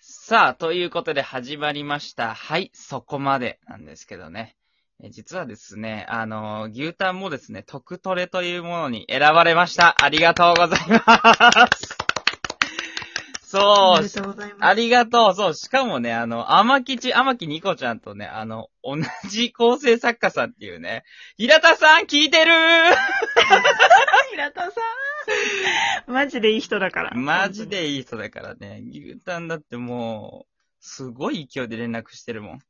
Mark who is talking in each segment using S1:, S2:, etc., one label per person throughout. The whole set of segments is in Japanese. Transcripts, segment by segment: S1: さあ、ということで始まりました。はい、そこまでなんですけどね。え実はですね、あのー牛タンもですね、特トレというものに選ばれました。ありがとうございます。そう
S2: あり、がとうございま
S1: あ
S2: す。
S1: りがとう。そう、しかもね、あの、天吉、天木ニコちゃんとね、あの、同じ構成作家さんっていうね、平田さん聞いてる
S2: 平田さん。マジでいい人だから。
S1: マジ。でいい人だからね。牛タンだってもう、すごい勢いで連絡してるもん。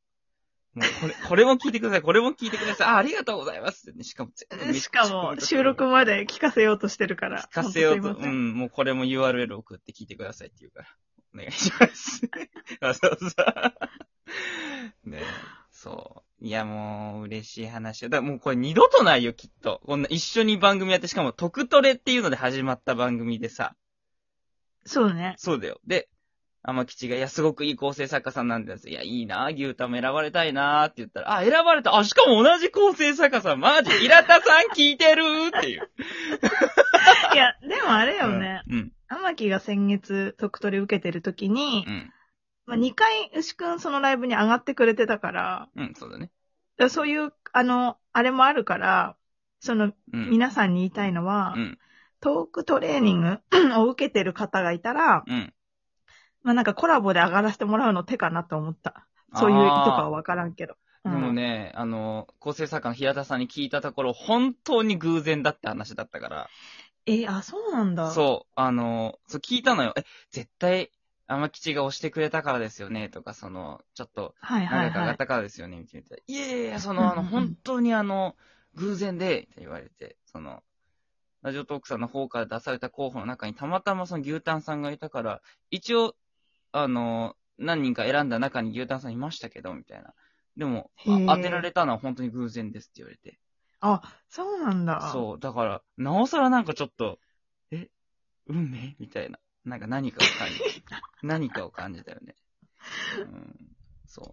S1: もうこ れ、これも聞いてください。これも聞いてください。あ、ありがとうございますってね。しかも全部めっち
S2: し
S1: ゃ
S2: かも、収録まで聞かせようとしてるから。
S1: 聞かせようと。
S2: 本当
S1: う
S2: すいま
S1: ん、もうこれも URL 送って聞いてくださいって言うから。お願いします。 わざわざ。ねえそう。いや、もう、嬉しい話。だからもうこれ二度とないよ、きっと。こんな一緒に番組やって、しかも、特トレっていうので始まった番組でさ。
S2: せんそうね。
S1: そうだよ。で、天吉が、いや、すごくいい構成作家さんなんです。いや、いいな、牛タンも選ばれたいなって言ったら、あ、選ばれた。あ、しかも同じ構成作家さん、マジ、平田さん聞いてるって いう。
S2: いや、でもあれよね。
S1: うん。うん。
S2: 天木が先月、特取り受けてる時に
S1: う、ん。
S2: まあ、2回、牛くんそのライブに上がってくれてたから、だか
S1: うん、そうだね。
S2: らそういう、あの、あれもあるから、その、
S1: うん。
S2: 皆さんに言いたいのは、
S1: うん。
S2: トークトレーニング を受けてる方がいたら、
S1: うん。
S2: まあなんかコラボで上がらせてもらうの手かなと思った。そういう意図かはわからんけど。
S1: で
S2: うん
S1: もね、あの、構成作家の平田さんに聞いたところ、本当に偶然だって話だったか
S2: えーあ、そうなんだ。
S1: ら、そう、あの、そう聞いたのよ。え、絶対、天吉が押してくれたからですよね、とか、その、ちょっと、
S2: はいは
S1: 何回
S2: い
S1: か上
S2: は
S1: がっ
S2: い。
S1: たからですよね、みたいな。いやいやいや、その、あの、
S2: うんうんうん
S1: 本当にあの、偶然で、って言われて、その、ラジオトークさんの方から出された候補の中に、たまたまその牛タンさんがいたから、一応、あの、何人か選んだ中に牛タンさんいましたけど、みたいな。でも、
S2: へー
S1: あ当てられたのは本当に偶然ですって言われて。
S2: そうなんだ。
S1: そう。だから、なおさらなんかちょっと、え運命みたいな。なんか何かを感じ た。何かを感じたよね。うん。そう。っ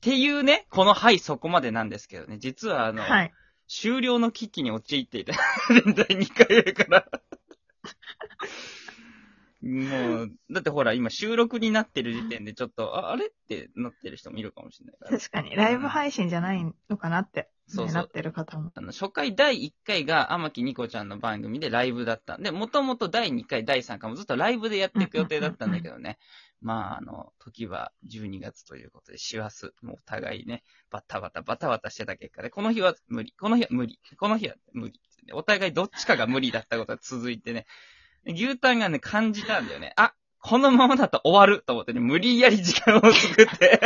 S1: ていうね、このはいそこまでなんですけどね、実はあの、
S2: はい。
S1: 終了の危機に陥っていた。全体2回目から。もう、だってほら、今収録になってる時点でちょっと、ああれってなってる人もいるかもしれないから。
S2: 確かに、ライブ配信じゃないのかなって、
S1: そうそう
S2: ねなってる方も。
S1: あの、初回第1回が天木ニコちゃんの番組でライブだった。で、もともと第2回、第3回もずっとライブでやっていく予定だったんだけどね。まあ、あの、時は12月ということで、師走、もうお互いね、バタバタ、バタバタしてた結果で、この日は無理、この日は無理、この日は無理。お互いどっちかが無理だったことが続いてね、牛タンがね、感じたんだよね。あ、このままだと終わると思ってね、無理やり時間を作って。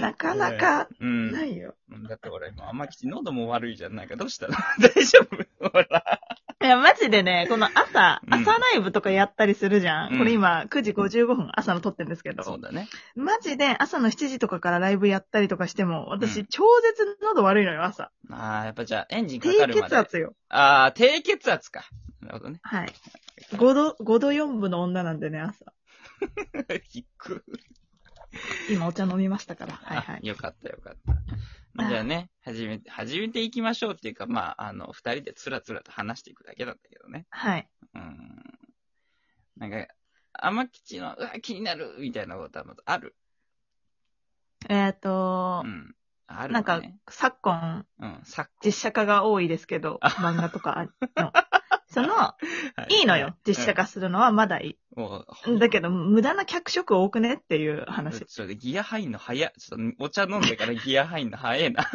S2: なかなか、
S1: うん。
S2: ないよ。
S1: だって俺、今、甘吉、喉も悪いじゃん。なんか、どうしたの 大丈夫 ほら。
S2: いや、マジでね、この朝、
S1: うん
S2: 朝ライブとかやったりするじゃん。
S1: うん
S2: これ今、9時55分、朝の撮ってるんですけど。
S1: そうだね。
S2: マジで、朝の7時とかからライブやったりとかしても、私、
S1: うん
S2: 超絶喉悪いのよ、朝。
S1: ああ、やっぱじゃあ、エンジンか
S2: 低
S1: かるまで。
S2: 血。圧よ。
S1: ああ、低血圧か。なるほど ね。
S2: はい。5度、5度4分の女なんでね、朝。
S1: ひっく。
S2: 今お茶飲みましたから。はいは
S1: あ
S2: い。
S1: よかったよかった。じゃあね、始めて、始めていきましょうっていうか、まあ、あの、二人でつらつらと話していくだけなんだけどね。
S2: はい。
S1: うん。なんか、甘吉の、うわ、気になるみたいなことはまずある。
S2: えっ、
S1: う
S2: と、
S1: ん。ある、ね。
S2: なんか、昨今、
S1: うん、さ
S2: 実写化が多いですけど、漫画とか の。その、いいのよ。実写。化するのはまだい
S1: も
S2: い。
S1: う、
S2: だけど、無駄な脚色多くねっていう話。
S1: ちょっとギア入んの早っ。ちょっとお茶飲んでからギア入んの早え な。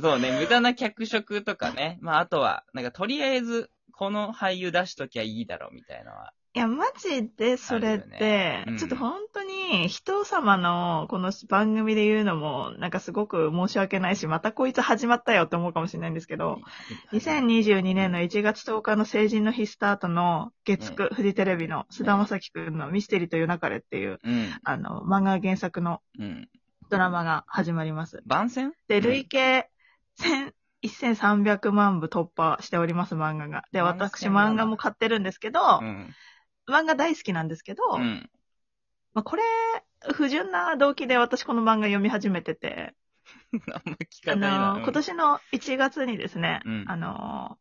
S1: そうね、無駄な脚色とかね。まあ、あとは、なんかとりあえず、この俳優出しときゃいいだろうみたいなのは。
S2: いや、マジでそれって、
S1: あるようん
S2: ちょっと本当に人様のこの番組で言うのも、なんかすごく申し訳ないし、またこいつ始まったよって思うかもしれないんですけど、2022年の1月10日の成人の日スタートの月9、フジテレビの菅田将暉くんのミステリーという流れっていう、
S1: うん、
S2: あの、漫画原作の
S1: うん。
S2: ドラマが始まります。
S1: 番宣
S2: で、
S1: うん
S2: 累計1000 1300万部突破しております、漫画が。で、
S1: 漫画
S2: 私
S1: 1000万
S2: 漫画も買ってるんですけど、
S1: うん。
S2: 漫画大好きなんですけど、
S1: うん。
S2: まあ、これ、不純な動機で私この漫画読み始めてて、
S1: あんま聞
S2: あ
S1: かないな。
S2: の、今年の1月にですね、
S1: うん
S2: あの、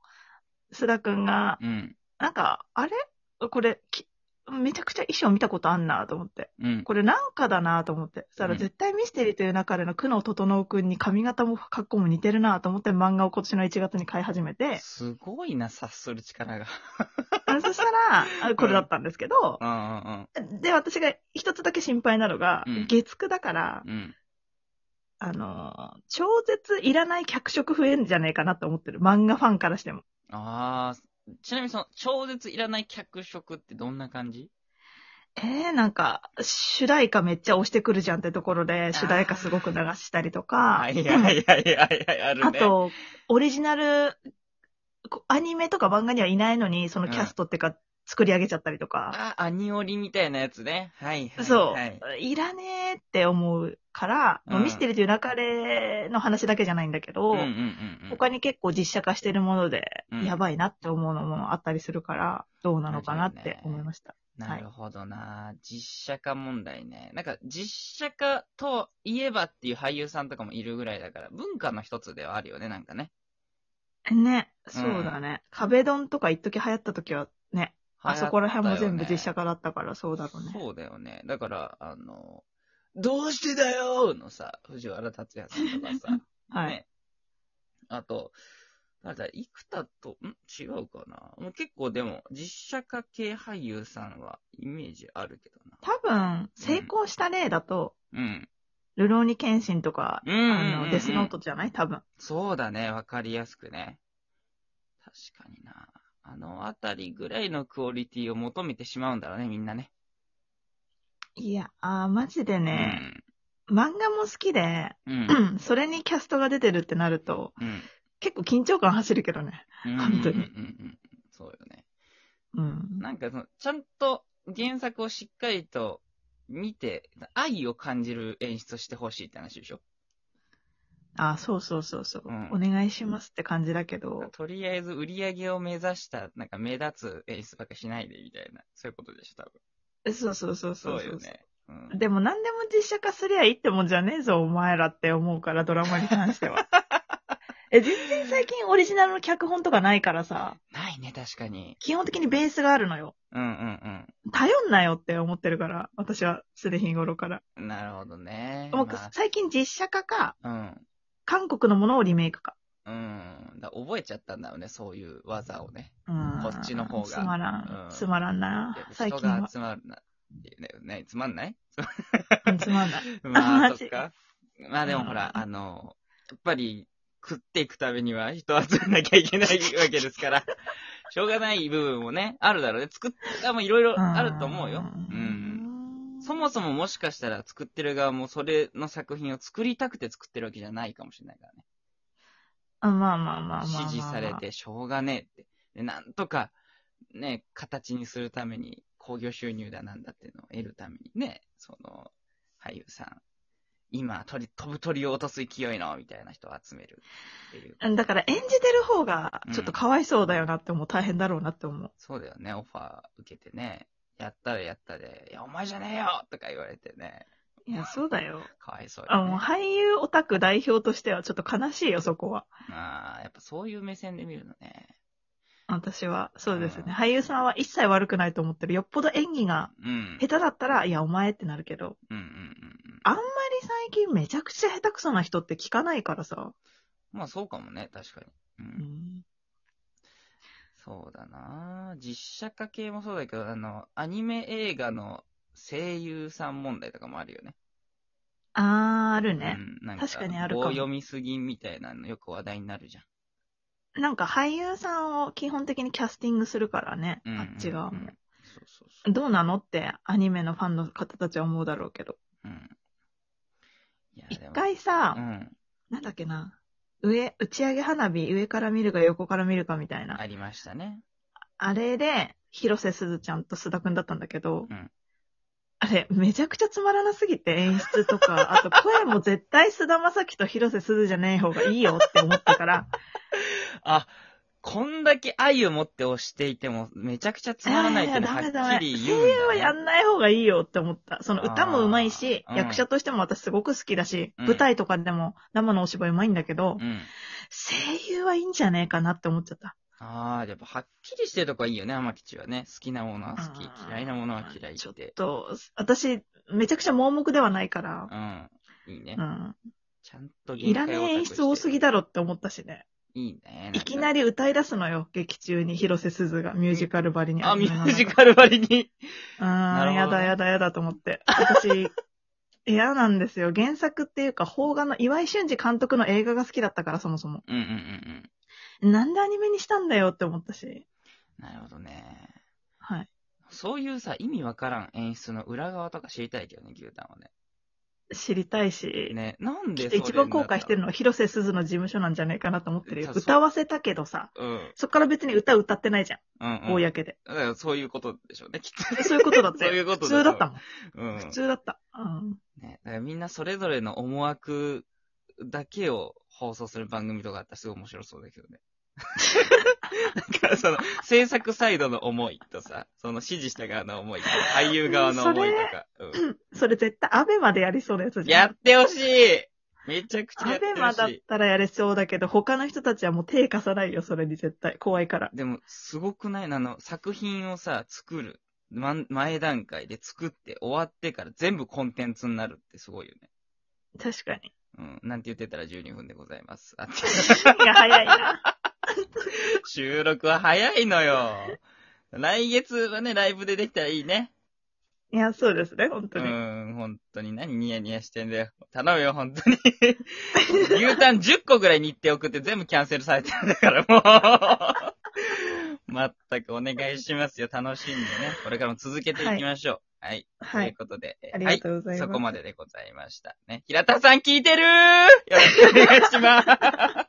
S2: 須田くんが、
S1: うん。
S2: なんか、あれこれ、きめちゃくちゃ衣装見たことあんなと思って。
S1: うん。
S2: これなんかだなと思って。そしたら絶対ミステリーという中での久野整君に髪型も格好も似てるなと思って漫画を今年の1月に買い始め て、
S1: すごいな、察する力が。
S2: あそしたら、あこれだったんですけど、
S1: うん
S2: で、私が一つだけ心配なのが、
S1: うん
S2: 月9だから、
S1: うんうん。うん。
S2: あのー、超絶いらない脚色増えんじゃねえかなと思ってる。漫画ファンからしても。
S1: ああ、ちなみにその、超絶いらない脚色ってどんな感じ
S2: えー、なんか、主題歌めっちゃ押してくるじゃんってところで、主題歌すごく流したりとか、
S1: はいはいはいはいはい、ある
S2: あ
S1: ね。
S2: と、オリジナル、こアニメとか漫画にはいないのに、そのキャストっていうか、作り上げちゃったりとか、
S1: あ、アニオリみたいなやつね。はいはい。
S2: そう、
S1: はい。
S2: い、らねえって思うから、まあ
S1: うん
S2: ミステリーという中での話だけじゃないんだけど、
S1: うんうんうんうん。
S2: 他に結構実写化してるもので、
S1: うん
S2: やばいなって思うのもあったりするから、どうなのかなって思いました。
S1: なるほどな。実写化問題ね。なんか、実写化といえばっていう俳優さんとかもいるぐらいだから、文化の一つではあるよね、なんかね。
S2: ね、そうだね。壁ドンとか一時流行った時はね、あそこら辺も全部実写化だったから、そうだろうね。
S1: そうだよね。だから、あの、どうしてだよーのさ、藤原達也さんとか さ、
S2: はい。
S1: ね。あと、ただ、幾田と、ん違うかなもう結構でも、実写化系俳優さんはイメージあるけどな。
S2: 多分、成功した例だと、
S1: うん。
S2: ルローニケンシンとか、
S1: うんうんうんうん
S2: あの、デスノートじゃない多分。
S1: そうだね、わかりやすくね。確かにな。あのあたりぐらいのクオリティを求めてしまうんだろうね、みんなね。
S2: いや、あーマジでね、漫画も好きで、
S1: うん。うん。
S2: それにキャストが出てるってなると、
S1: うん。
S2: 結構緊張感走るけどね。本当に
S1: うんうんうんうん。そうよね。
S2: うん。
S1: なんかその、ちゃんと原作をしっかりと見て、愛を感じる演出をしてほしいって話でしょ
S2: あーそうそうそうそう、
S1: うん
S2: お願いしますって感じだけど、
S1: とりあえず売り上げを目指した、なんか目立つ演出ばっかしないでみたいな、そういうことでしょ、多分。
S2: そうそうそうそう
S1: よ。ね。うん、
S2: でも何でも実写化すりゃいいってもんじゃねえぞ、お前らって思うから、ドラマに関し ては。え、全然最近オリジナルの脚本とかないからさ、
S1: ないね、確かに。
S2: 基本的にベースがあるのよ。
S1: うんうん
S2: 頼んなよって思ってるから、私は、すで日頃から。
S1: うん。なるほどね。
S2: もう
S1: ま
S2: 最近実写化か、
S1: あ、
S2: 韓国のものをリメイクか。
S1: うん。うん。だ覚えちゃったんだろうね、そういう技をね。
S2: うん
S1: こっちの方が
S2: つまら。
S1: うんん
S2: つまらんな
S1: で。
S2: 最
S1: 人
S2: 近
S1: が
S2: は。
S1: 集まるな。っていうねね、つまんない
S2: うんつまんない。
S1: まあ、
S2: マ
S1: そ
S2: ジ
S1: っか。まあでもほら、
S2: うん
S1: あの、やっぱり、食っていくためには人を集めなきゃいけないわけですから、 しょうがない部分もね、あるだろうね。作った側もいろいろ あると思うよ。うん。そもそももしかしたら作ってる側もそれの作品を作りたくて作ってるわけじゃないかもしれないからね。
S2: あまあまあまあまあまあまあ。
S1: 指示され。てしょうがねえって。でなんとか、ね、形にするために、興行収入だなんだっていうのを得るためにね、その、俳優さん、今、鳥、飛ぶ鳥を落とす勢いの、みたいな人を集めるっていう。
S2: だから演じてる方が、ちょっとかわいそうだよなって思う。大変だろうなって思う。
S1: そうだよね、オファー受けてね。やったらやったで、いや、お前じゃねえよとか言われてね。
S2: いや、そうだよ。
S1: かわいそうよ、ね。
S2: あ、もう俳優オタク代表としてはちょっと悲しいよ、そこは。
S1: あーやっぱそういう目線で見るのね。
S2: 私は。そうです
S1: うん
S2: ね。俳優さんは一切悪くないと思ってる。よっぽど演技が
S1: うん。
S2: 下手だったら、いや、お前ってなるけど、
S1: うんうんうんうん。
S2: あんまり最近めちゃくちゃ下手くそな人って聞かないからさ。
S1: まあそうかもね、確かに。うん。
S2: うん。
S1: そうだな実写化系もそうだけど、あの、アニメ映画の声優さん問題とかもあるよね。
S2: あー、あるね。
S1: うん、なん
S2: 確かにあるかも
S1: 棒読みすぎみたいなのよく話題になるじゃん。
S2: なんか俳優さんを基本的にキャスティングするからね。
S1: うん
S2: あっち側
S1: うん
S2: も。
S1: そうそうそう。
S2: どうなのってアニメのファンの方たちは思うだろうけど。
S1: うん。いや
S2: 一
S1: でも
S2: 回
S1: う
S2: さ、
S1: ん。
S2: なんだっけな。上、打ち上げ花火、上から見るか横から見るかみたいな。
S1: ありましたね。
S2: あれで、広瀬すずちゃんと須田くんだったんだけど、
S1: うん
S2: あれ、めちゃくちゃつまらなすぎて演出とか、あと声も絶対須田まさきと広瀬すずじゃねえ方がいいよって思ったから、
S1: あ、こんだけ愛を持って押していても、めちゃくちゃつまらないっていうのは
S2: やや
S1: はっきり言うんだ、ね。
S2: 声優はやんない方がいいよって思った。その歌も上手いし、
S1: あーうん
S2: 役者としても私すごく好きだし、
S1: うん
S2: 舞台とかでも生のお芝居上手いんだけど、
S1: うん。
S2: 声優はいいんじゃねえかなって思っちゃった。
S1: ああ、やっぱはっきりしてるとこはいいよね、天吉はね。好きなものは好き
S2: あ、ー
S1: 嫌いなものは嫌いっ。
S2: ちょってと、私、めちゃくちゃ盲目ではないから
S1: う、ん。いいね。
S2: うん。
S1: ちゃんと
S2: いらねえ演出多すぎ
S1: だ。
S2: だろって思ったしね。
S1: いいね。
S2: いきな
S1: り。
S2: り歌い出すのよ、劇中に広瀬すずがミュージカルばりに。
S1: あ、ミュージ
S2: ル。
S1: カル割に。
S2: う
S1: なる
S2: ん、
S1: ほど
S2: やだやだやだと思って。私、 嫌なんですよ。原作っていうか、邦画の岩井俊二監督の映画が好きだったから、そもそも。
S1: うんうんうんうん。
S2: なんでアニメにしたんだよって思ったし。
S1: なるほどね。
S2: はい。
S1: そういうさ、意味わからん演出の裏側とか知りたいけどね、牛タンはね。
S2: 知りたいし。
S1: ね、なん
S2: き
S1: で
S2: っと一番後悔してる
S1: の
S2: のは広瀬すずの事務所なんじゃないかなと思ってるよ。
S1: さそう
S2: 歌わせたけどさ、
S1: うん。うん
S2: そっから別に歌歌ってないじゃ
S1: うん
S2: ん。。公で。
S1: だからそういうことでしょうね、きっとね。
S2: そういうことだった
S1: そうい
S2: よ。
S1: うこ
S2: 普
S1: と
S2: 通だ
S1: だ
S2: ったもん。
S1: もん。うん。
S2: 普通だった。うん。
S1: ね、だからみんなそれぞれの思惑だけを放送する番組とかあったらすごい面白そうだけどね。だからその、制作サイドの思いとさ、その指示した側の思いと、俳優側の思いとか。うん
S2: それ絶対アベマでやりそうなやつじゃ
S1: や
S2: ん
S1: っ。てほしいめちゃくちゃや
S2: ア
S1: って
S2: ベ
S1: ほ
S2: マだっ
S1: しい。
S2: たらやれそうだけど、他の人たちはもう手貸さないよ、それに絶対。怖いから。
S1: でも、すごくないあの、作品をさ、作る。まん前段階で作って終わってから全部コンテンツになるってすごいよね。
S2: 確かに。
S1: うん。なんて言ってたら12分でございます。あって
S2: いや、早いな。
S1: 収録は早いのよ。来月はね、ライブでできたらいいね。
S2: いや、そうですね、本
S1: う
S2: 当に。
S1: ん、本当に何ニヤニヤしてんだよ。頼むよ、本当に。牛タン10個ぐらい日程送って全部キャンセルされてるんだから、もう。全くお願いしますよ。楽しんでね。これからも続けていきましょう。はい。
S2: は
S1: とい。
S2: いう
S1: ことで。
S2: ありがとうございます。
S1: はい。そこまででございました。ね。平田さん聞いてるよろしくお願いします。